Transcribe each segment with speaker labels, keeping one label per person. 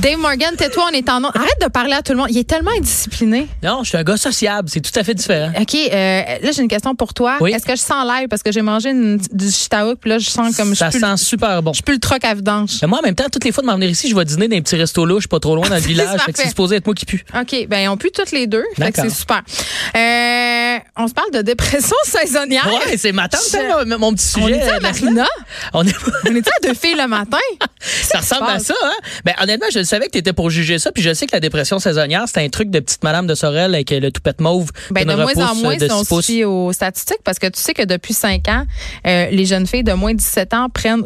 Speaker 1: Dave Morgan, tais-toi, on est en nom. Arrête de parler à tout le monde. Il est tellement indiscipliné.
Speaker 2: Non, je suis un gars sociable, c'est tout à fait différent.
Speaker 1: OK, euh, là, j'ai une question pour toi.
Speaker 2: Oui.
Speaker 1: Est-ce que je sens l'ail parce que j'ai mangé une- du chitaouk, puis là, je sens comme
Speaker 2: ça
Speaker 1: je suis plus-
Speaker 2: sent super bon.
Speaker 1: je suis plus le troc à vidange.
Speaker 2: Mais moi, en même temps, toutes les fois de m'en venir ici, je vais dîner dans un petit resto louche, pas trop loin dans le village.
Speaker 1: parfait.
Speaker 2: fait que c'est supposé être moi qui pue.
Speaker 1: OK, ben on pue toutes les deux. Fait que
Speaker 2: D'accord.
Speaker 1: c'est super. Euh, on se parle de dépression saisonnière.
Speaker 2: Ouais, c'est ma tante,
Speaker 1: Ah Je-
Speaker 2: ça, mon- mon petit
Speaker 1: On
Speaker 2: sujet.
Speaker 1: est
Speaker 2: euh,
Speaker 1: à
Speaker 2: de la semaine.
Speaker 1: Marina?
Speaker 2: On est...
Speaker 1: On est à deux filles le matin?
Speaker 2: Ça ressemble à
Speaker 1: passe?
Speaker 2: ça, hein? Ben, honnêtement, je le savais que t'étais pour juger ça, puis je sais que la dépression saisonnière, c'est un truc de petite madame de Sorel avec euh, le toupette mauve.
Speaker 1: Ben,
Speaker 2: une
Speaker 1: de moins en
Speaker 2: repousse,
Speaker 1: moins,
Speaker 2: euh,
Speaker 1: si
Speaker 2: de
Speaker 1: on
Speaker 2: six
Speaker 1: se
Speaker 2: pouces.
Speaker 1: fie aux statistiques, parce que tu sais que depuis 5 ans, euh, les jeunes filles de moins de 17 ans prennent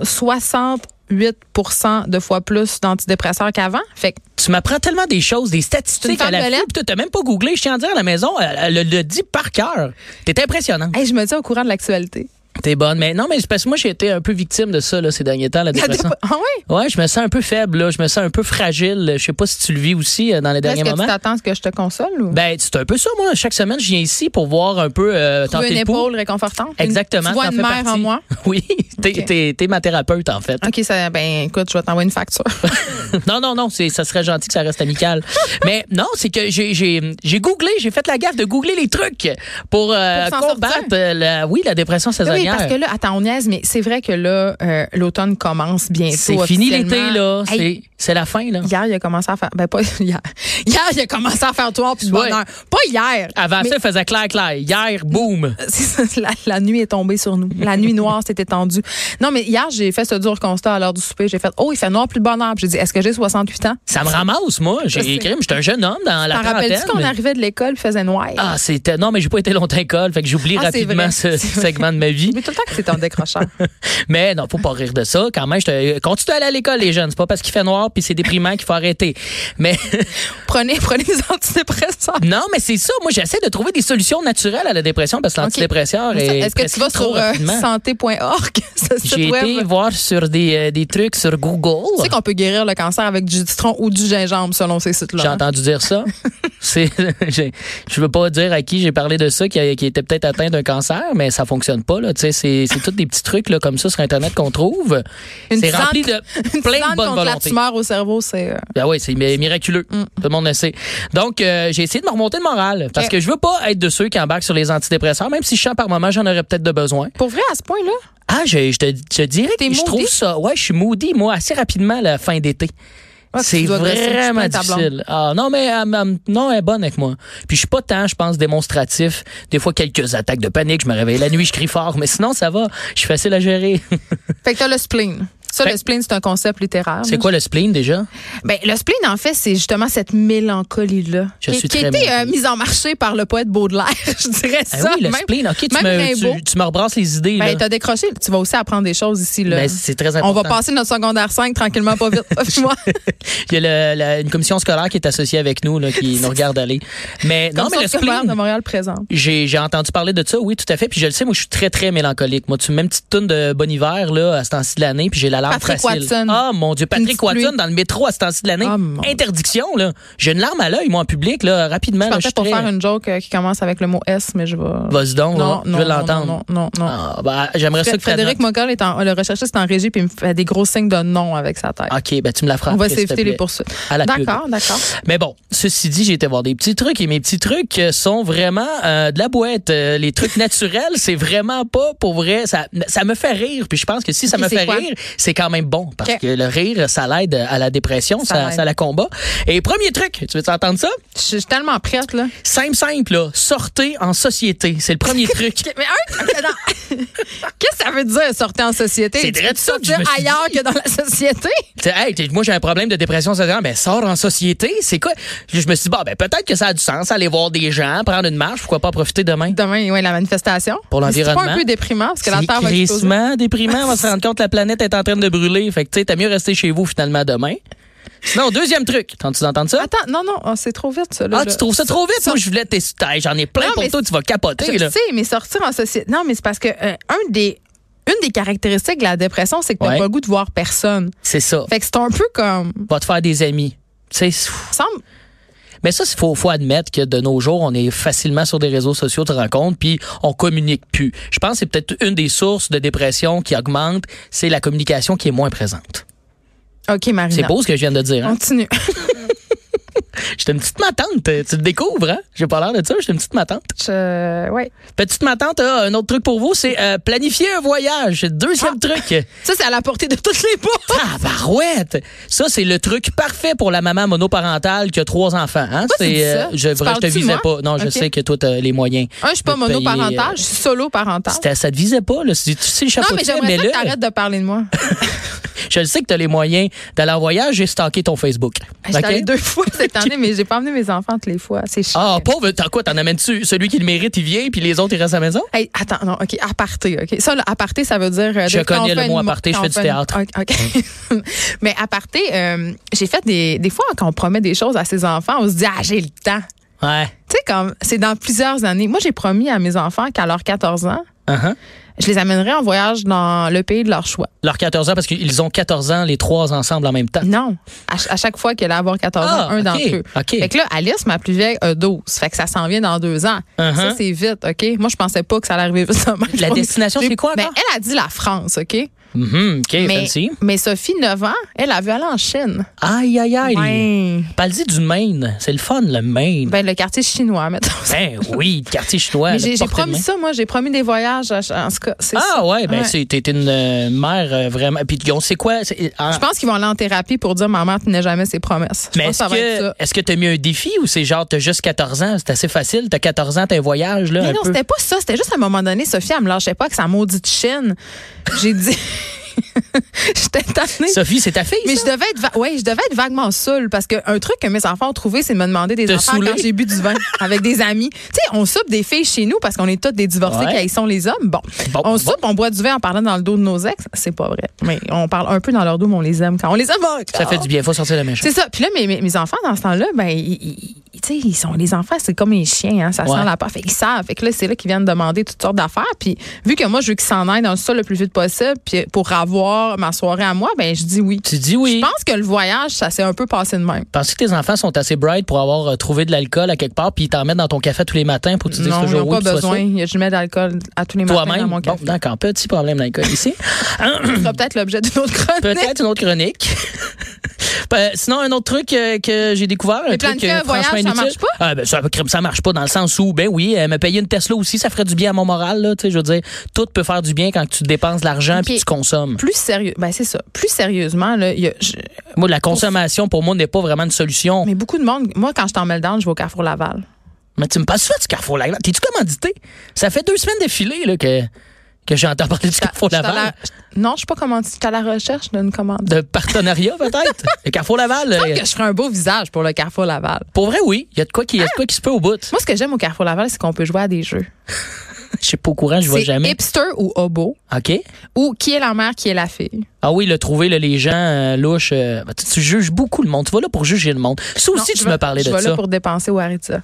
Speaker 1: 68 de fois plus d'antidépresseurs qu'avant. Fait que
Speaker 2: Tu m'apprends tellement des choses, des
Speaker 1: C'est une
Speaker 2: statistiques
Speaker 1: femme
Speaker 2: à la
Speaker 1: de
Speaker 2: fille,
Speaker 1: lettres.
Speaker 2: puis toi, t'as même pas googlé, je tiens à dire, à la maison, elle, elle le dit par cœur. T'es impressionnant.
Speaker 1: hey, je me dis au courant de l'actualité.
Speaker 2: T'es bonne. Mais non, mais c'est parce que moi, j'ai été un peu victime de ça, là, ces derniers temps,
Speaker 1: La
Speaker 2: la dépression.
Speaker 1: dépre- Ah oui?
Speaker 2: Ouais, je me sens un peu faible, là. je me sens un peu fragile. Je sais pas si tu le vis aussi euh, dans les
Speaker 1: Est-ce
Speaker 2: derniers
Speaker 1: que tu
Speaker 2: moments.
Speaker 1: t'attends à ce que je te console ou
Speaker 2: Ben, c'est un peu ça, moi. Chaque semaine, je viens ici pour voir un peu euh,
Speaker 1: Trouver
Speaker 2: tenter
Speaker 1: une
Speaker 2: le pouls.
Speaker 1: épaule réconfortante? Une-
Speaker 2: Exactement.
Speaker 1: Tu vois
Speaker 2: t'en
Speaker 1: une
Speaker 2: fais
Speaker 1: mère en
Speaker 2: partie.
Speaker 1: moi?
Speaker 2: Oui, t'es
Speaker 1: Ok.
Speaker 2: t'es- t'es ma thérapeute, en fait.
Speaker 1: OK, ça, ben écoute, je vais t'envoyer une facture.
Speaker 2: non, non, non, c'est- ça serait gentil que ça reste amical. Mais non, c'est que j'ai- j'ai j'ai googlé, j'ai fait la gaffe de googler les trucs pour, euh,
Speaker 1: Pour s'en
Speaker 2: combattre,
Speaker 1: sortir.
Speaker 2: euh, la, oui, la dépression
Speaker 1: oui,
Speaker 2: saisonnière.
Speaker 1: parce que là, attends, on niaise, mais c'est vrai que là, euh, l'automne commence bientôt.
Speaker 2: c'est fini l'été,
Speaker 1: officiellement.
Speaker 2: là.
Speaker 1: Hey,
Speaker 2: C'est- C'est la fin, là.
Speaker 1: Hier, il a commencé à faire. Ben, pas hier. Hier, il a commencé à faire toi puis de
Speaker 2: Ouais.
Speaker 1: bonheur. Pas hier.
Speaker 2: Avant
Speaker 1: Mais-
Speaker 2: ça, il faisait clair, clair. Hier, boum.
Speaker 1: C'est ça, la, la nuit est tombée sur nous. La nuit noire s'est étendue. Non, mais hier, j'ai fait ce dur constat à l'heure du souper. J'ai fait, oh, il fait noir plus de bonheur. Puis J'ai dit, est-ce que j'ai 68 ans?
Speaker 2: Ça me ramasse, moi.
Speaker 1: Je sais.
Speaker 2: J'ai écrit, j'étais un jeune homme dans la
Speaker 1: T'en
Speaker 2: trentaine.
Speaker 1: rappelles-tu qu'on arrivait de l'école il faisait noir?
Speaker 2: Ah, c'était. Non, mais j'ai pas été longtemps à l'école, fait que j'oublie
Speaker 1: Ah, c'est
Speaker 2: rapidement
Speaker 1: vrai.
Speaker 2: ce
Speaker 1: C'est vrai.
Speaker 2: segment de ma vie.
Speaker 1: Mais tout le temps que c'est un décrocheur.
Speaker 2: Mais non, faut pas rire de ça. Quand même, je te... continue à aller à l'école, les jeunes. C'est pas parce qu'il fait noir puis c'est déprimant qu'il faut arrêter. Mais
Speaker 1: prenez, prenez des antidépresseurs.
Speaker 2: non, mais c'est ça. Moi, j'essaie de trouver des solutions naturelles à la dépression parce que l'antidépresseur est.
Speaker 1: Est-ce que tu
Speaker 2: prescrit
Speaker 1: vas
Speaker 2: Ah, trop
Speaker 1: sur euh,
Speaker 2: rapidement.
Speaker 1: santé.org? ce site
Speaker 2: J'ai
Speaker 1: web?
Speaker 2: été voir sur des, euh, des trucs sur
Speaker 1: Tu sais
Speaker 2: Google.
Speaker 1: qu'on peut guérir le cancer avec du citron ou du gingembre, selon ces sites-là.
Speaker 2: J'ai
Speaker 1: hein?
Speaker 2: entendu dire ça. C'est, j'ai- je veux pas dire à qui j'ai parlé de ça, qui, a- qui était peut-être atteint d'un cancer, mais ça fonctionne pas. Là. Tu sais, C'est, c'est tous des petits trucs là, comme ça sur Internet qu'on trouve.
Speaker 1: Une
Speaker 2: c'est
Speaker 1: tisane-
Speaker 2: rempli de
Speaker 1: Une
Speaker 2: plein
Speaker 1: tisane
Speaker 2: de bonne
Speaker 1: contre la
Speaker 2: volonté.
Speaker 1: tumeur Mm. au cerveau, c'est. euh,
Speaker 2: Ben oui, c'est mi- miraculeux. Tout le monde le sait. Donc, euh, j'ai essayé de me remonter le moral parce
Speaker 1: Ok.
Speaker 2: que je veux pas être de ceux qui embarquent sur les antidépresseurs, même si je sens par moment, j'en aurais peut-être de besoin.
Speaker 1: Pour vrai, à ce point-là?
Speaker 2: Ah, je, je te je dirais
Speaker 1: T'es
Speaker 2: que je
Speaker 1: maudit?
Speaker 2: trouve ça. Ouais, je suis maudit, moi, assez rapidement la fin d'été.
Speaker 1: Ah, tu
Speaker 2: C'est
Speaker 1: dois dresser du chemin
Speaker 2: vraiment
Speaker 1: à ta blonde.
Speaker 2: difficile. Ah, non, mais elle, m'a- non, elle est bonne avec moi. Puis je suis pas tant, je pense, démonstratif. Des fois, quelques attaques de panique. Je me réveille la nuit, je crie fort. Mais sinon, ça va. Je suis facile à gérer.
Speaker 1: Ah, Fait que t'as le spleen. Ça,
Speaker 2: Fait-
Speaker 1: le spleen, c'est un concept littéraire.
Speaker 2: C'est quoi le spleen déjà?
Speaker 1: Ben, le spleen, en fait, c'est justement cette mélancolie-là.
Speaker 2: Je
Speaker 1: qui,
Speaker 2: suis
Speaker 1: qui a été
Speaker 2: très
Speaker 1: euh,
Speaker 2: mélancolique.
Speaker 1: mise en marché par le poète Baudelaire, je dirais
Speaker 2: Ah
Speaker 1: ça.
Speaker 2: oui, le
Speaker 1: même-
Speaker 2: spleen. OK, tu
Speaker 1: même Rimbaud.
Speaker 2: me, tu, tu me rebrasses les idées. là.
Speaker 1: Ben, t'as décroché. Tu vas aussi apprendre des choses ici, là.
Speaker 2: Ben, c'est très
Speaker 1: On
Speaker 2: important.
Speaker 1: va passer notre secondaire 5 tranquillement, pas vite. Moi,
Speaker 2: Il y a le- la- une commission scolaire qui est associée avec nous, là, qui nous regarde aller. Mais non, mais le
Speaker 1: de
Speaker 2: spleen.
Speaker 1: Montréal présente.
Speaker 2: J'ai j'ai entendu parler de ça, oui, tout à fait. Puis je le sais, moi, je suis très, très mélancolique. Moi, tu mets une petite toune de bon hiver, là, à ce temps-ci de l'année, puis j'ai la larme
Speaker 1: Patrick
Speaker 2: facile.
Speaker 1: Watson.
Speaker 2: Ah, mon Dieu,
Speaker 1: Une
Speaker 2: Patrick
Speaker 1: petite pluie.
Speaker 2: Watson dans le métro à ce temps-ci de l'année.
Speaker 1: Ah, mon Dieu.
Speaker 2: Interdiction, là. J'ai une larme à l'œil, moi, en public, là, rapidement.
Speaker 1: Je
Speaker 2: Ah, là,
Speaker 1: partais
Speaker 2: je suis
Speaker 1: pour
Speaker 2: très-
Speaker 1: faire une joke euh, qui commence avec le mot S, mais je vais.
Speaker 2: Vas-y donc,
Speaker 1: non,
Speaker 2: là, je veux
Speaker 1: non, non,
Speaker 2: l'entendre.
Speaker 1: non, non, non.
Speaker 2: Ah, bah, J'aimerais ça que
Speaker 1: Frédéric Mocal est en, le recherchiste est en régie puis il me fait des gros signes de non avec sa tête.
Speaker 2: Fernand- OK, ben, tu me la feras
Speaker 1: On va
Speaker 2: après, s'il te
Speaker 1: s'éviter les
Speaker 2: plaît.
Speaker 1: poursuites.
Speaker 2: À la pub.
Speaker 1: D'accord, d'accord.
Speaker 2: Mais bon, ceci dit, j'ai été voir des petits trucs et mes petits trucs euh, sont vraiment euh, de la boîte. Euh, les trucs naturels, c'est vraiment pas pour vrai. Ça, ça me fait rire. Puis je pense que si ça
Speaker 1: Ok,
Speaker 2: me
Speaker 1: c'est
Speaker 2: fait
Speaker 1: quoi?
Speaker 2: rire, c'est quand même bon. Parce
Speaker 1: Ok.
Speaker 2: que le rire, ça l'aide à la dépression,
Speaker 1: Ça
Speaker 2: ça,
Speaker 1: l'aide.
Speaker 2: ça la combat. Et premier truc, tu veux entendre ça?
Speaker 1: Je je suis tellement prête, là.
Speaker 2: Simple, simple, là. Sortez en société. C'est le premier truc.
Speaker 1: Mais un, attends. qu'est-ce que ça veut dire sortir en société?
Speaker 2: C'est
Speaker 1: Tu
Speaker 2: vrai
Speaker 1: peux
Speaker 2: ça que je
Speaker 1: sortir
Speaker 2: me suis
Speaker 1: ailleurs que dans la société.
Speaker 2: Tu sais, hey, t'es- moi j'ai un problème de dépression saisonnière, mais sors en société, c'est quoi? Je me suis dit, bah, ben, peut-être que ça a du sens, aller voir des gens, prendre une marche, pourquoi pas en profiter demain?
Speaker 1: Demain, ouais, la manifestation.
Speaker 2: Pour
Speaker 1: Mais c'est pas un
Speaker 2: l'environnement.
Speaker 1: peu déprimant parce que la
Speaker 2: C'est
Speaker 1: terre va exploser.
Speaker 2: crissement déprimant. On va se rendre compte que la planète est en train de brûler. Fait que, tu sais, t'as mieux rester chez vous finalement demain. Sinon, deuxième truc. T'entends-tu d'entendre ça?
Speaker 1: Attends, non, non, oh, c'est trop vite, ça. Là,
Speaker 2: Ah,
Speaker 1: là.
Speaker 2: tu trouves ça trop vite? Moi, je voulais tester. Hey, J'en ai plein
Speaker 1: Non,
Speaker 2: pour
Speaker 1: mais
Speaker 2: toi. Tu vas
Speaker 1: Je
Speaker 2: capoter, là.
Speaker 1: sais, mais sortir en société. Non, mais c'est parce que euh, un des, une des caractéristiques de la dépression, c'est que t'as
Speaker 2: Ouais.
Speaker 1: pas le goût de voir personne.
Speaker 2: C'est ça.
Speaker 1: Fait que c'est un peu comme.
Speaker 2: Va te faire des amis. Tu sais, c'est fou.
Speaker 1: Semble,
Speaker 2: Mais ça, il faut, faut admettre que de nos jours, on est facilement sur des réseaux sociaux de rencontres, puis on communique plus. Je pense que c'est peut-être une des sources de dépression qui augmente, c'est la communication qui est moins présente.
Speaker 1: OK, Marina.
Speaker 2: C'est beau ce que je viens de dire. Hein?
Speaker 1: Continue.
Speaker 2: J'étais une petite matante. euh, Tu le découvres, hein? J'ai pas l'air de ça, j'étais une petite matante.
Speaker 1: Je- ouais.
Speaker 2: Petite matante, a un autre truc pour vous, c'est euh, planifier un voyage. Deuxième truc.
Speaker 1: Ça, c'est à la portée de Ah! toutes les pauvres.
Speaker 2: Tabarouette! Ça, c'est le truc parfait pour la maman monoparentale qui a trois enfants. Hein?
Speaker 1: Pourquoi tu dis ça?
Speaker 2: je,
Speaker 1: Tu
Speaker 2: je te
Speaker 1: parles-tu de
Speaker 2: visais
Speaker 1: moi?
Speaker 2: pas. Non, je
Speaker 1: Ok.
Speaker 2: sais que toi, t'as les moyens.
Speaker 1: Un, je suis pas
Speaker 2: de payer,
Speaker 1: monoparentale, je suis solo parentale.
Speaker 2: C'était- ça te visait pas, là. Si tu sais le
Speaker 1: Non,
Speaker 2: chapeau
Speaker 1: mais
Speaker 2: de fil,
Speaker 1: j'aimerais ça
Speaker 2: mais
Speaker 1: que
Speaker 2: là,
Speaker 1: t'arrêtes de parler de moi.
Speaker 2: je le sais que tu as les moyens d'aller en voyage et stocker ton Facebook.
Speaker 1: J'étais
Speaker 2: OK?
Speaker 1: Ah, allée deux fois cette année, mais j'ai pas emmené mes enfants toutes les fois. C'est chiant.
Speaker 2: Ah, pauvre, t'as quoi? T'en amènes-tu? Celui qui le mérite, il vient, puis les autres, ils restent à la maison?
Speaker 1: Hey, attends, non, OK, aparté, OK. Ça, là, aparté, ça veut dire... euh,
Speaker 2: Je
Speaker 1: quand
Speaker 2: connais
Speaker 1: on
Speaker 2: le
Speaker 1: fait
Speaker 2: mot
Speaker 1: une-
Speaker 2: aparté, je
Speaker 1: quand
Speaker 2: fais
Speaker 1: on fait
Speaker 2: du
Speaker 1: une-
Speaker 2: théâtre.
Speaker 1: OK. Mais aparté, euh, j'ai fait des... Des fois, quand on promet des choses à ses enfants, on se dit « Ah, j'ai le temps ».
Speaker 2: Ouais.
Speaker 1: Tu sais, comme, c'est dans plusieurs années. Moi, j'ai promis à mes enfants qu'à leurs 14 ans,
Speaker 2: Uh-huh.
Speaker 1: je les amènerais en voyage dans le pays de leur choix.
Speaker 2: Leurs 14 ans, parce qu'ils ont 14 ans, les trois ensemble en même temps.
Speaker 1: Non. À, ch- à chaque fois qu'elle allait avoir 14 ans,
Speaker 2: Ah,
Speaker 1: un
Speaker 2: ok,
Speaker 1: d'entre eux.
Speaker 2: ok.
Speaker 1: Fait que là, Alice, ma plus vieille, a 12. Fait que ça s'en vient dans deux ans.
Speaker 2: Uh-huh.
Speaker 1: Ça, c'est vite, OK? Moi, je pensais pas que ça allait arriver vite. ça, moi, je
Speaker 2: La
Speaker 1: pense-
Speaker 2: destination,
Speaker 1: j'ai-
Speaker 2: c'est quoi
Speaker 1: Ben,
Speaker 2: encore?
Speaker 1: elle a dit la France, OK?
Speaker 2: Mhm, OK,
Speaker 1: Mais,
Speaker 2: fancy.
Speaker 1: mais Sophie, 9 ans, elle a vu aller en Chine.
Speaker 2: Aïe, aïe, aïe.
Speaker 1: Ouais.
Speaker 2: Parle-y du Maine. C'est le fun, le Maine. Ben,
Speaker 1: Ben, le quartier chinois, mettons.
Speaker 2: oui, le quartier chinois.
Speaker 1: mais
Speaker 2: le
Speaker 1: j'ai j'ai
Speaker 2: portée de
Speaker 1: promis
Speaker 2: Maine.
Speaker 1: ça, moi. J'ai promis des voyages, à ch- en tout cas. c'est ça.
Speaker 2: Ah ouais, ben
Speaker 1: Ouais.
Speaker 2: c'est t'es une euh, mère euh, vraiment. Puis on sait quoi c'est- euh, en-
Speaker 1: Je pense qu'ils vont aller en thérapie pour dire maman, tu n'es jamais ses promesses. Je
Speaker 2: Mais
Speaker 1: pense
Speaker 2: est-ce
Speaker 1: ça va être
Speaker 2: que
Speaker 1: ça.
Speaker 2: est-ce que t'as mis un défi ou c'est genre t'as juste 14 ans, c'est assez facile, t'as 14 ans, t'as un voyage là
Speaker 1: Mais
Speaker 2: un
Speaker 1: non,
Speaker 2: peu.
Speaker 1: c'était pas ça. C'était juste à un moment donné, Sophie, elle me lâchait pas avec sa maudite chaîne. J'ai dit. J'étais tannée.
Speaker 2: Sophie, c'est ta fille.
Speaker 1: Mais je
Speaker 2: ça?
Speaker 1: devais être, va- ouais, je devais être vaguement saoule parce qu'un truc que mes enfants ont trouvé, c'est de me demander des
Speaker 2: Te
Speaker 1: enfants
Speaker 2: saouler?
Speaker 1: quand j'ai bu du vin avec des amis. Tu sais, on soupe des filles chez nous parce qu'on est toutes des divorcés
Speaker 2: Ouais.
Speaker 1: qui sont les hommes. Bon,
Speaker 2: Bon,
Speaker 1: on
Speaker 2: bon.
Speaker 1: soupe, on boit du vin en parlant dans le dos de nos ex. C'est pas vrai. Mais on parle un peu dans leur dos, mais on les aime quand on les aime. encore.
Speaker 2: Ça fait du bien, faut sortir la méchante.
Speaker 1: C'est ça. Puis là, mes, mes, mes enfants, dans ce temps-là, ben, ils, ils- ils- tu sais, ils sont les enfants, c'est comme les chiens, hein, ça
Speaker 2: Ouais.
Speaker 1: sent la peur. Fait qu'ils savent. Fait que là, c'est là qu'ils viennent demander toutes sortes d'affaires. Puis vu que moi, je veux qu'ils s'en aillent dans ça le plus vite possible, puis pour avoir ma soirée à moi, ben, je dis oui.
Speaker 2: Tu dis oui.
Speaker 1: Je pense que le voyage, ça s'est un peu passé de même.
Speaker 2: Penses-tu que tes enfants sont assez bright pour avoir euh, trouvé de l'alcool à quelque part puis ils t'en mettent dans ton café tous les matins pour te dire
Speaker 1: non, ils
Speaker 2: toujours
Speaker 1: n'ont pas
Speaker 2: oui puis sois
Speaker 1: besoin.
Speaker 2: sûr?
Speaker 1: Il y a jamais d'alcool à tous les matins dans
Speaker 2: Toi-même,
Speaker 1: mon
Speaker 2: bon,
Speaker 1: café.
Speaker 2: d'accord, petit problème d'alcool ici.
Speaker 1: Ça sera peut-être l'objet d'une autre chronique.
Speaker 2: Peut-être une autre chronique. Ben, Sinon, un autre truc euh, que j'ai découvert, un
Speaker 1: Mais
Speaker 2: truc euh,
Speaker 1: planifier un voyage,
Speaker 2: franchement
Speaker 1: ça
Speaker 2: inutile.
Speaker 1: marche pas?
Speaker 2: Ah, ben, ça, ça marche pas dans le sens où, ben oui, euh, me payer une Tesla aussi, ça ferait du bien à mon moral. Là, tu sais, je veux dire, tout peut faire du bien quand tu dépenses de l'argent
Speaker 1: Ok.
Speaker 2: puis tu consommes.
Speaker 1: Plus sérieux, ben c'est ça. Plus sérieusement, là, il y a, je-
Speaker 2: Moi, la consommation, pour moi, n'est pas vraiment une solution. Mais,
Speaker 1: mais beaucoup de monde. Moi, quand je t'en mets le down, je vais au Carrefour Laval.
Speaker 2: tu me passes ça du Carrefour Laval. T'es-tu commandité? Ça fait deux semaines d'affilée là, que, que j'entends parler du Carrefour
Speaker 1: Je suis à
Speaker 2: Laval.
Speaker 1: la- je- Non, je suis pas commandée. Je suis à la recherche d'une commande.
Speaker 2: De partenariat, peut-être? le Carrefour Laval.
Speaker 1: Je
Speaker 2: euh,
Speaker 1: trouve que je ferais un beau visage pour le Carrefour Laval.
Speaker 2: Pour vrai, oui. Il y a de quoi qui, il y a de quoi qui se peut au bout.
Speaker 1: Moi, ce que j'aime au Carrefour Laval, c'est qu'on peut jouer à des jeux.
Speaker 2: Je suis pas au courant, je vois
Speaker 1: C'est
Speaker 2: jamais.
Speaker 1: hipster ou hobo,
Speaker 2: OK.
Speaker 1: ou qui est la mère, qui est la fille.
Speaker 2: Ah oui, le trouver, là, les gens euh, louches. euh, tu, tu juges beaucoup le monde. Tu vas là pour juger le monde. Ça
Speaker 1: Non,
Speaker 2: aussi,
Speaker 1: je
Speaker 2: tu
Speaker 1: vais-
Speaker 2: me parlais
Speaker 1: je
Speaker 2: de
Speaker 1: vais
Speaker 2: ça.
Speaker 1: là pour dépenser ou arrêter ça.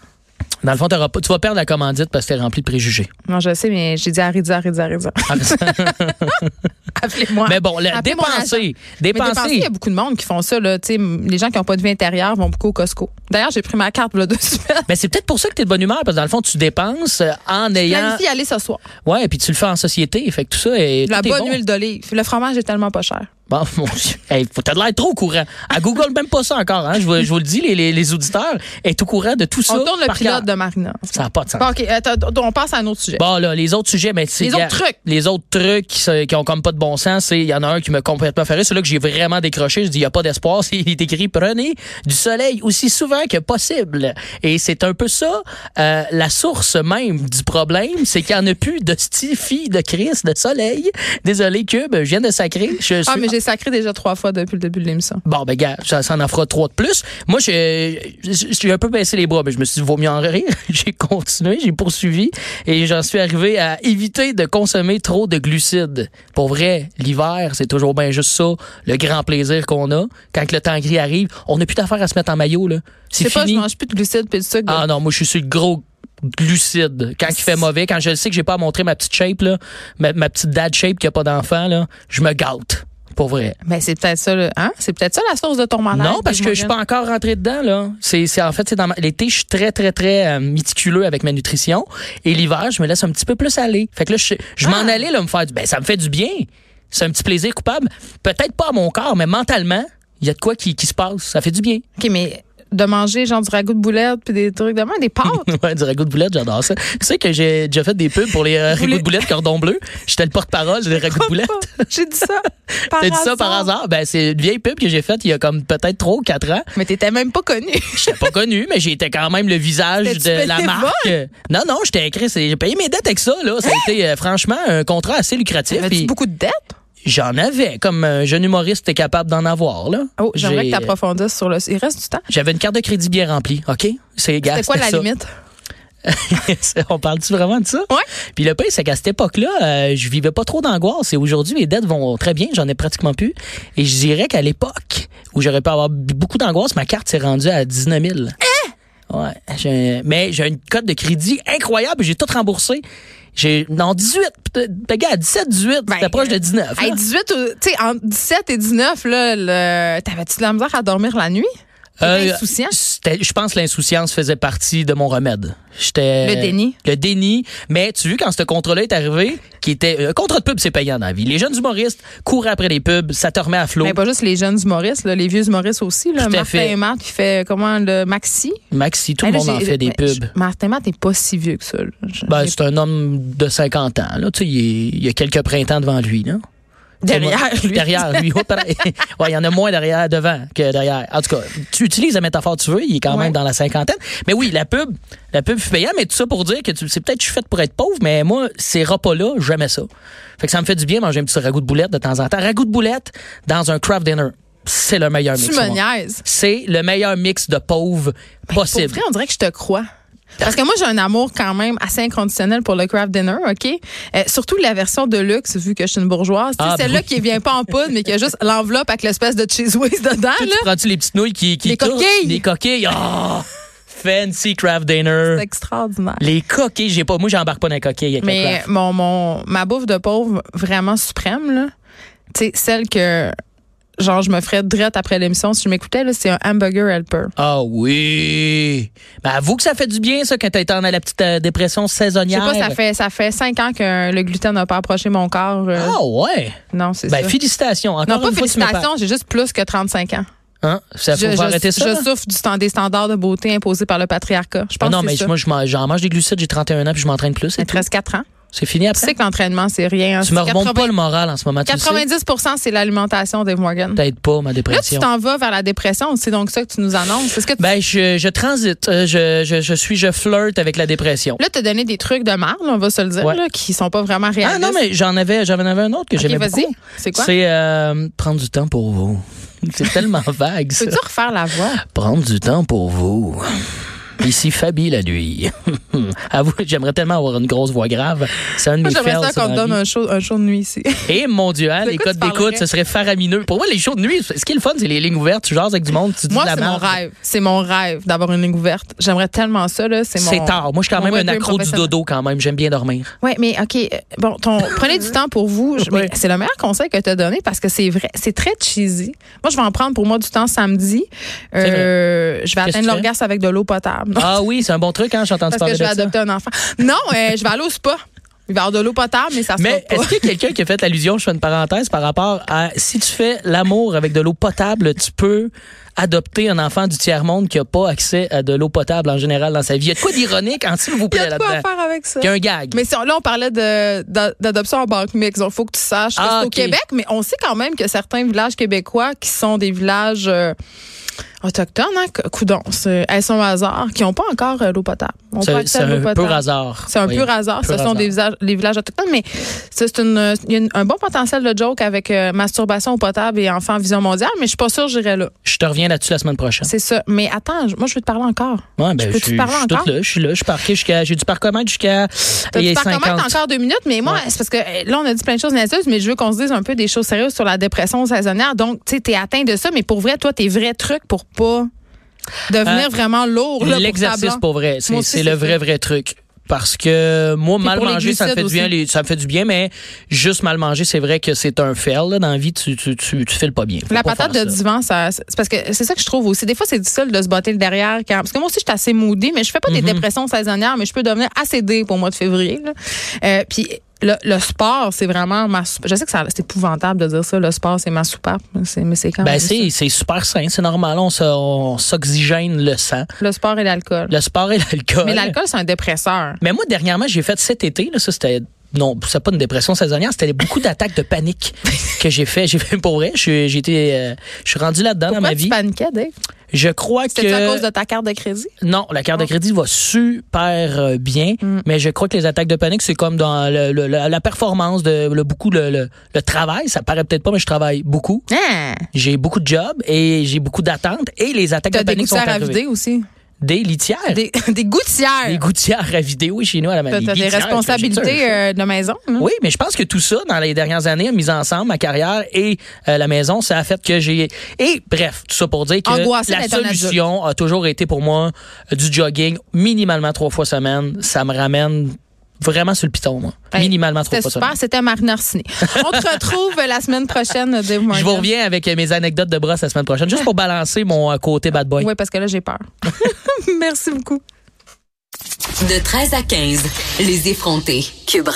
Speaker 2: Dans le fond, t'auras pas- tu vas perdre la commandite parce que t'es rempli de préjugés. Ah,
Speaker 1: Non, je sais, mais j'ai dit arrête ça, arrête ça, arrête ça. Appelez-moi.
Speaker 2: Mais bon, le-
Speaker 1: Appelez mon agent.
Speaker 2: dépenser.
Speaker 1: Mais dépenser, il
Speaker 2: Dépenser.
Speaker 1: y a beaucoup de monde qui font ça. Là, Tu sais, m- les gens qui n'ont pas de vie intérieure vont beaucoup au Costco. D'ailleurs, j'ai pris ma carte là, deux semaines.
Speaker 2: Mais Ben, c'est peut-être pour ça que t'es de bonne humeur parce que dans le fond, tu dépenses euh, en
Speaker 1: Je
Speaker 2: ayant.
Speaker 1: planifie y aller ce soir.
Speaker 2: Ouais, puis tu le fais en société. Fait que tout ça est.
Speaker 1: La
Speaker 2: tout est
Speaker 1: bonne
Speaker 2: bon.
Speaker 1: huile d'olive. Le fromage est tellement pas cher.
Speaker 2: Bon, mon Dieu. Hey, faut- t'as de l'air trop au courant. À Google, même pas ça encore. Hein. Je, vous, je vous le dis, les, les, les auditeurs est au courant de tout ça.
Speaker 1: On tourne le
Speaker 2: par
Speaker 1: pilote de
Speaker 2: cœur.
Speaker 1: Marina.
Speaker 2: Ça n'a pas de sens.
Speaker 1: Bon, OK, attends, on passe à un autre sujet.
Speaker 2: Bon, là, les autres sujets, mais c'est.
Speaker 1: Les autres trucs.
Speaker 2: Les autres trucs qui, se- qui ont comme pas de bon sens, c'est. Il y en a un qui m'a complètement ferré. Celui-là que j'ai vraiment décroché. Je dis, il n'y a pas d'espoir. C'est- Il est écrit, prenez du soleil aussi souvent que possible. Et c'est un peu ça, euh, la source même du problème, c'est qu'il n'y en a plus de stifie, de crise, de soleil. Désolé, Cube, je viens de sacrer. Je suis
Speaker 1: Ah, mais j'ai l'ai sacré déjà trois fois depuis le début de l'émission.
Speaker 2: Bon, ben, gars, ça, ça en fera trois de plus. Moi, je, je- je suis un peu baissé les bras, mais je me suis dit, vaut mieux en rire. J'ai continué, j'ai poursuivi et j'en suis arrivé à éviter de consommer trop de glucides. Pour vrai, l'hiver, c'est toujours bien juste ça, le grand plaisir qu'on a. Quand le temps gris arrive, on n'a plus d'affaire à se mettre en maillot, là. C'est
Speaker 1: Je sais pas, je
Speaker 2: fini.
Speaker 1: mange plus de glucides puis de sucre.
Speaker 2: Ah non, moi je suis sur le gros glucide. Quand il fait mauvais, quand je le sais que j'ai pas à montrer ma petite shape, là, ma, ma petite dad shape qui a pas d'enfant, là, je me gâte. Pour vrai.
Speaker 1: Mais c'est peut-être ça, le- hein? C'est peut-être ça la source de ton malade.
Speaker 2: non, parce que je suis pas encore rentré dedans, là. C'est, c'est- en fait, c'est dans ma- l'été, je suis très, très, très euh, méticuleux avec ma nutrition. Et l'hiver, je me laisse un petit peu plus aller. Fait que là, je, je m'en allais, là, me faire du, ben, ça me fait du bien. C'est un petit plaisir coupable. Peut-être pas à mon corps, mais mentalement, il y a de quoi qui, qui se passe. Ça fait du bien.
Speaker 1: OK, mais de manger genre du ragoût de boulettes puis des trucs de main, des pâtes.
Speaker 2: Ouais, du ragoût de boulette, j'adore ça. Tu sais que j'ai déjà fait des pubs pour les euh, ragoûts de boulette cordon bleu. J'étais le porte-parole des ragoûts de boulette.
Speaker 1: J'ai dit ça.
Speaker 2: T'as dit ça par hasard? Ben, c'est une vieille pub que j'ai faite il y a comme peut-être 3 ou 4 ans.
Speaker 1: Mais t'étais même pas connu.
Speaker 2: J'étais pas connu, mais j'étais quand même le visage
Speaker 1: T'étais-tu
Speaker 2: de la
Speaker 1: bénévole?
Speaker 2: marque. Non, non, j'étais écrit. c'est- J'ai payé mes dettes avec ça, là. Ça a été, euh, franchement, un contrat assez lucratif.
Speaker 1: Avais-tu
Speaker 2: puis
Speaker 1: beaucoup de dettes?
Speaker 2: J'en avais. Comme un jeune humoriste est capable d'en avoir, là.
Speaker 1: Oh, j'aimerais
Speaker 2: J'ai- euh,
Speaker 1: que t'approfondisses sur le. Il reste du temps.
Speaker 2: J'avais une carte de crédit bien remplie, OK? C'est gars,
Speaker 1: C'était quoi la
Speaker 2: Ah, ça.
Speaker 1: limite?
Speaker 2: On parle-tu vraiment de ça?
Speaker 1: Ouais.
Speaker 2: Puis le pire, c'est qu'à cette époque-là, euh, je vivais pas trop d'angoisse. Et aujourd'hui, mes dettes vont très bien. J'en ai pratiquement plus. Et je dirais qu'à l'époque où j'aurais pu avoir b- beaucoup d'angoisse, ma carte s'est rendue à 19 000.
Speaker 1: Hein?
Speaker 2: Ouais. J'ai- Mais j'ai une cote de crédit incroyable. J'ai tout remboursé. J'ai, non, 18. peut-être. T'as gars, à 17, 18.
Speaker 1: Ben,
Speaker 2: t'es proche de 19. là.
Speaker 1: Hey, 18, ou- tu sais, entre 17 et 19, là, le- t'avais-tu de la misère à dormir la nuit? T'étais insouciant?
Speaker 2: Euh, c'était- Je pense que l'insouciance faisait partie de mon remède. J'étais
Speaker 1: Le déni.
Speaker 2: Le déni. Mais tu vois, quand ce contrat-là est arrivé, qui était. Un contrat de pub, c'est payant dans la vie. Les jeunes humoristes courent après les pubs, ça te remet à flot.
Speaker 1: Mais pas juste les jeunes humoristes, là, les vieux humoristes aussi. Là.
Speaker 2: Tout à
Speaker 1: Martin
Speaker 2: fait.
Speaker 1: et Matt qui fait euh, comment le Maxi.
Speaker 2: Maxi, tout
Speaker 1: Hey,
Speaker 2: le
Speaker 1: Ben, là,
Speaker 2: monde en
Speaker 1: j'ai-
Speaker 2: fait des
Speaker 1: mais
Speaker 2: pubs.
Speaker 1: je- Martin et Matt n'est pas si vieux que ça. là. Je-
Speaker 2: Ben,
Speaker 1: j'ai-
Speaker 2: c'est un homme de 50 ans. Là. Tu sais, il, est- il y a quelques printemps devant lui. Là.
Speaker 1: derrière lui.
Speaker 2: Derrière lui. Oh, pareil. ouais, il y en a moins derrière devant que derrière. En tout cas, tu utilises la métaphore que tu veux, il est quand
Speaker 1: Ouais.
Speaker 2: même dans la cinquantaine. Mais oui, la pub, la pub fut payante, mais tout ça pour dire que tu- c'est peut-être que je suis faite pour être pauvre, mais moi, ces repas-là, jamais ça. Fait que ça me fait du bien manger un petit ragoût de boulette de temps en temps. Ragoût de boulette dans un craft dinner. C'est le meilleur
Speaker 1: Tu
Speaker 2: mix.
Speaker 1: me
Speaker 2: moi.
Speaker 1: niaises.
Speaker 2: C'est le meilleur mix de
Speaker 1: Ben,
Speaker 2: pauvre
Speaker 1: Pour
Speaker 2: possible.
Speaker 1: vrai, on dirait que je te crois. Parce que moi, j'ai un amour quand même assez inconditionnel pour le craft dinner, OK? Euh, surtout la version de luxe, vu que je suis une bourgeoise. Tu sais,
Speaker 2: Ah,
Speaker 1: Celle-là
Speaker 2: bon.
Speaker 1: qui vient pas en poudre, mais qui a juste l'enveloppe avec l'espèce de cheese whiz dedans,
Speaker 2: Toi,
Speaker 1: là.
Speaker 2: tu prends-tu les petites nouilles qui, qui
Speaker 1: Les
Speaker 2: tournent?
Speaker 1: coquilles.
Speaker 2: Les coquilles. Ah! fancy craft dinner.
Speaker 1: C'est extraordinaire.
Speaker 2: Les coquilles, j'ai pas. Moi, j'embarque pas dans les coquilles avec le
Speaker 1: Mais euh,
Speaker 2: craft.
Speaker 1: mon, mon, ma bouffe de pauvre vraiment suprême, là, tu sais, celle que, genre, je me ferais drette après l'émission si je m'écoutais, là, c'est un hamburger helper.
Speaker 2: Ah oui! Ben, avoue que ça fait du bien, ça, quand t'es dans la petite euh, dépression
Speaker 1: Je sais
Speaker 2: saisonnière.
Speaker 1: pas, ça fait, ça fait cinq ans que le gluten n'a pas approché mon corps. euh,
Speaker 2: Ah ouais!
Speaker 1: Non, c'est
Speaker 2: Ben,
Speaker 1: ça.
Speaker 2: félicitations. Encore
Speaker 1: non, pas
Speaker 2: une fois, tu me parles.
Speaker 1: félicitations, j'ai juste plus que 35 ans.
Speaker 2: Hein? Ça, faut
Speaker 1: je, je-
Speaker 2: arrêter ça.
Speaker 1: je
Speaker 2: là?
Speaker 1: souffre du stand, des standards de beauté imposés par le patriarcat. Je pense
Speaker 2: Ah non,
Speaker 1: que
Speaker 2: mais
Speaker 1: c'est ça.
Speaker 2: moi, je m'en- j'en mange des glucides, j'ai 31 ans, puis je m'entraîne plus.
Speaker 1: Il
Speaker 2: C'est
Speaker 1: te reste 4 ans.
Speaker 2: tout. C'est fini
Speaker 1: Tu
Speaker 2: après.
Speaker 1: sais que l'entraînement, c'est rien. hein.
Speaker 2: Tu me
Speaker 1: C'est
Speaker 2: remontes
Speaker 1: 80
Speaker 2: pas le moral en ce moment. Tu le sais.
Speaker 1: 90 c'est l'alimentation, Dave Morgan.
Speaker 2: T'aides pas ma
Speaker 1: Là, tu
Speaker 2: dépression.
Speaker 1: t'en vas vers la dépression. C'est donc ça que tu nous annonces. Est-ce que tu-
Speaker 2: Ben, je, je transite. Euh, je, je, je suis, je flirte avec la dépression.
Speaker 1: Là, t'as donné des trucs de marre, on va se le dire,
Speaker 2: Ouais.
Speaker 1: là, qui sont pas vraiment réalistes.
Speaker 2: Ah non, mais j'en avais, j'en avais un autre que
Speaker 1: Ok,
Speaker 2: j'aimais
Speaker 1: vas-y.
Speaker 2: beaucoup.
Speaker 1: C'est quoi?
Speaker 2: C'est euh, prendre du temps pour vous. C'est tellement vague, ça.
Speaker 1: Peux-tu refaire la voix?
Speaker 2: Prendre du temps pour vous. Ici Fabi la nuit. Avoue, j'aimerais tellement avoir une grosse voix grave. C'est un de
Speaker 1: Moi,
Speaker 2: mes
Speaker 1: j'aimerais
Speaker 2: fails,
Speaker 1: ça
Speaker 2: ça,
Speaker 1: qu'on te
Speaker 2: dans
Speaker 1: donne
Speaker 2: la vie.
Speaker 1: un show, un show de nuit ici.
Speaker 2: Et mon Dieu, hein,
Speaker 1: De
Speaker 2: les
Speaker 1: quoi
Speaker 2: codes
Speaker 1: tu
Speaker 2: d'écoute,
Speaker 1: parlerais?
Speaker 2: ce serait faramineux. Pour moi, les shows de nuit, ce qui est le fun, c'est les lignes ouvertes. Tu jases avec du monde, tu dis
Speaker 1: Moi,
Speaker 2: de la
Speaker 1: c'est mon
Speaker 2: merde.
Speaker 1: rêve. C'est mon rêve d'avoir une ligne ouverte. J'aimerais tellement ça, là. C'est mon.
Speaker 2: C'est tard. Moi, je suis quand
Speaker 1: mon
Speaker 2: même un
Speaker 1: rêve
Speaker 2: accro du
Speaker 1: professionnel.
Speaker 2: dodo quand même. J'aime bien dormir.
Speaker 1: Oui, mais OK. euh, Bon, ton, prenez du temps pour vous. Je- mais
Speaker 2: Ouais.
Speaker 1: C'est le meilleur conseil que tu as donné parce que c'est vrai. C'est très cheesy. Moi, je vais en prendre pour moi du temps samedi.
Speaker 2: C'est
Speaker 1: Euh, je vais
Speaker 2: Qu'est-ce que
Speaker 1: atteindre
Speaker 2: tu fais?
Speaker 1: l'orgasme avec de l'eau potable.
Speaker 2: Ah oui, c'est un bon truc, hein, j'ai entendu
Speaker 1: parce que
Speaker 2: parler
Speaker 1: je vais
Speaker 2: de ça.
Speaker 1: adopter un enfant. Non, euh, je vais aller au spa. Il va y avoir de l'eau potable, mais ça se
Speaker 2: Mais
Speaker 1: pas.
Speaker 2: est-ce qu'il y a quelqu'un qui a fait l'allusion, je fais une parenthèse, par rapport à si tu fais l'amour avec de l'eau potable, tu peux adopter un enfant du tiers-monde qui n'a pas accès à de l'eau potable en général dans sa vie. Il y a de quoi d'ironique en s'il vous
Speaker 1: Il y a
Speaker 2: plaît
Speaker 1: de quoi à
Speaker 2: là-dedans?
Speaker 1: faire avec ça.
Speaker 2: Il y a un gag.
Speaker 1: Mais si on- là, on parlait de- d'a- d'adoption en banque mixte. Il faut que tu saches que
Speaker 2: Ah,
Speaker 1: c'est
Speaker 2: ok.
Speaker 1: au Québec, mais on sait quand même que certains villages québécois qui sont des villages euh, autochtones, hein, c- coudons, c'est- elles sont au hasard, qui n'ont pas encore euh, l'eau potable. On peut
Speaker 2: C'est
Speaker 1: accès
Speaker 2: c'est
Speaker 1: à l'eau
Speaker 2: un
Speaker 1: potable.
Speaker 2: pur hasard.
Speaker 1: C'est un
Speaker 2: Oui.
Speaker 1: pur hasard.
Speaker 2: Pur
Speaker 1: Ce sont
Speaker 2: hasard.
Speaker 1: des visages, les villages autochtones, mais ça, c'est une, il y a une- un bon potentiel de joke avec euh, masturbation au potable et enfants vision mondiale, mais je suis pas sûre que j'irai là.
Speaker 2: Je te reviens là-dessus la semaine prochaine.
Speaker 1: C'est ça. Mais attends, je- moi, je veux te parler encore.
Speaker 2: Ouais, ben,
Speaker 1: Je
Speaker 2: je,
Speaker 1: peux-tu
Speaker 2: suis-
Speaker 1: parler
Speaker 2: je suis
Speaker 1: encore?
Speaker 2: toute là. Je suis là. Je suis parqué jusqu'à. J'ai du parcomètre jusqu'à.
Speaker 1: T'as
Speaker 2: il
Speaker 1: dû
Speaker 2: est
Speaker 1: faire commettre
Speaker 2: 50.
Speaker 1: encore deux minutes, mais moi, c'est parce que euh, là, on a dit plein de choses niaiseuses, mais je veux qu'on se dise un peu des choses sérieuses sur la dépression saisonnière. Donc, tu sais, t'es atteint de ça, mais pour vrai, toi, tes vrais trucs pour pas devenir
Speaker 2: Euh,
Speaker 1: vraiment lourd. là, pour ta
Speaker 2: L'exercice
Speaker 1: blonde.
Speaker 2: pour vrai,
Speaker 1: Moi
Speaker 2: c'est
Speaker 1: aussi,
Speaker 2: c'est
Speaker 1: c'est
Speaker 2: le
Speaker 1: ça.
Speaker 2: vrai vrai truc. Parce que moi, mal
Speaker 1: pour les
Speaker 2: manger, ça me fait du
Speaker 1: glucides
Speaker 2: bien.
Speaker 1: aussi.
Speaker 2: les- ça me fait du bien, mais juste mal manger, c'est vrai que c'est un fail. Là, dans la vie, tu tu tu, tu files pas bien. Faut
Speaker 1: La
Speaker 2: pas
Speaker 1: patate
Speaker 2: faire
Speaker 1: de
Speaker 2: ça.
Speaker 1: divan, ça, c'est parce que c'est ça que je trouve aussi. Des fois, c'est difficile de se botter le derrière. Quand, parce que moi aussi, je suis assez moodée, mais je fais pas
Speaker 2: Mhm.
Speaker 1: des dépressions saisonnières, mais je peux devenir assez dé pour le mois de février. là. Euh, puis le, le sport, c'est vraiment ma. sou- Je sais que ça- c'est épouvantable de dire ça. Le sport, c'est ma soupape, mais c'est- mais c'est quand
Speaker 2: Ben
Speaker 1: même
Speaker 2: c'est c'est super sain, c'est normal. On se- on s'oxygène le sang.
Speaker 1: ça. Le sport et l'alcool.
Speaker 2: Le sport et l'alcool.
Speaker 1: Mais l'alcool, c'est un dépresseur.
Speaker 2: Mais moi, dernièrement, j'ai fait cet été, là, ça c'était. Non, c'est pas une dépression saisonnière, c'était beaucoup d'attaques de panique que j'ai fait. J'ai fait pour vrai. J'ai j'ai été, euh, je suis rendu là-dedans dans
Speaker 1: Pourquoi
Speaker 2: ma
Speaker 1: tu
Speaker 2: vie.
Speaker 1: paniquais, Dave?
Speaker 2: Je crois que.
Speaker 1: C'était à cause de ta carte de crédit?
Speaker 2: Non, la carte de
Speaker 1: Ah.
Speaker 2: crédit va super euh, bien,
Speaker 1: Mm.
Speaker 2: mais je crois que les attaques de panique, c'est comme dans le- le- la, la performance, de, le, beaucoup le, le, le travail. Ça paraît peut-être pas, mais je travaille beaucoup.
Speaker 1: Ah!
Speaker 2: J'ai beaucoup de jobs et j'ai beaucoup d'attentes et les attaques
Speaker 1: T'as
Speaker 2: de
Speaker 1: des
Speaker 2: panique sont
Speaker 1: gouttières à
Speaker 2: arrivées.
Speaker 1: vider aussi.
Speaker 2: Des litières. Des,
Speaker 1: Des, des gouttières.
Speaker 2: gouttières à vider, oui, chez nous à la
Speaker 1: T'as
Speaker 2: maison.
Speaker 1: t'as des responsabilités euh, de maison. hein?
Speaker 2: Oui, mais je pense que tout ça, dans les dernières années, mis ensemble, ma carrière et euh, la maison, ça a fait que j'ai... Et bref, tout ça pour dire que
Speaker 1: Angoissé
Speaker 2: la
Speaker 1: d'être un
Speaker 2: solution a toujours été pour moi euh, du jogging, minimalement trois fois semaine. Ça me ramène vraiment sur le piton, moi.
Speaker 1: Hey,
Speaker 2: minimalement trois
Speaker 1: Ben, C'était
Speaker 2: fois
Speaker 1: super,
Speaker 2: semaine.
Speaker 1: c'était Marine Arsené. On te retrouve la semaine prochaine, Dave
Speaker 2: Je vous reviens avec euh, mes anecdotes de brosse la semaine prochaine, juste pour balancer mon euh, côté bad boy.
Speaker 1: Oui, parce que là, j'ai peur. Merci beaucoup.
Speaker 3: De 13 à 15, les effrontés. Cube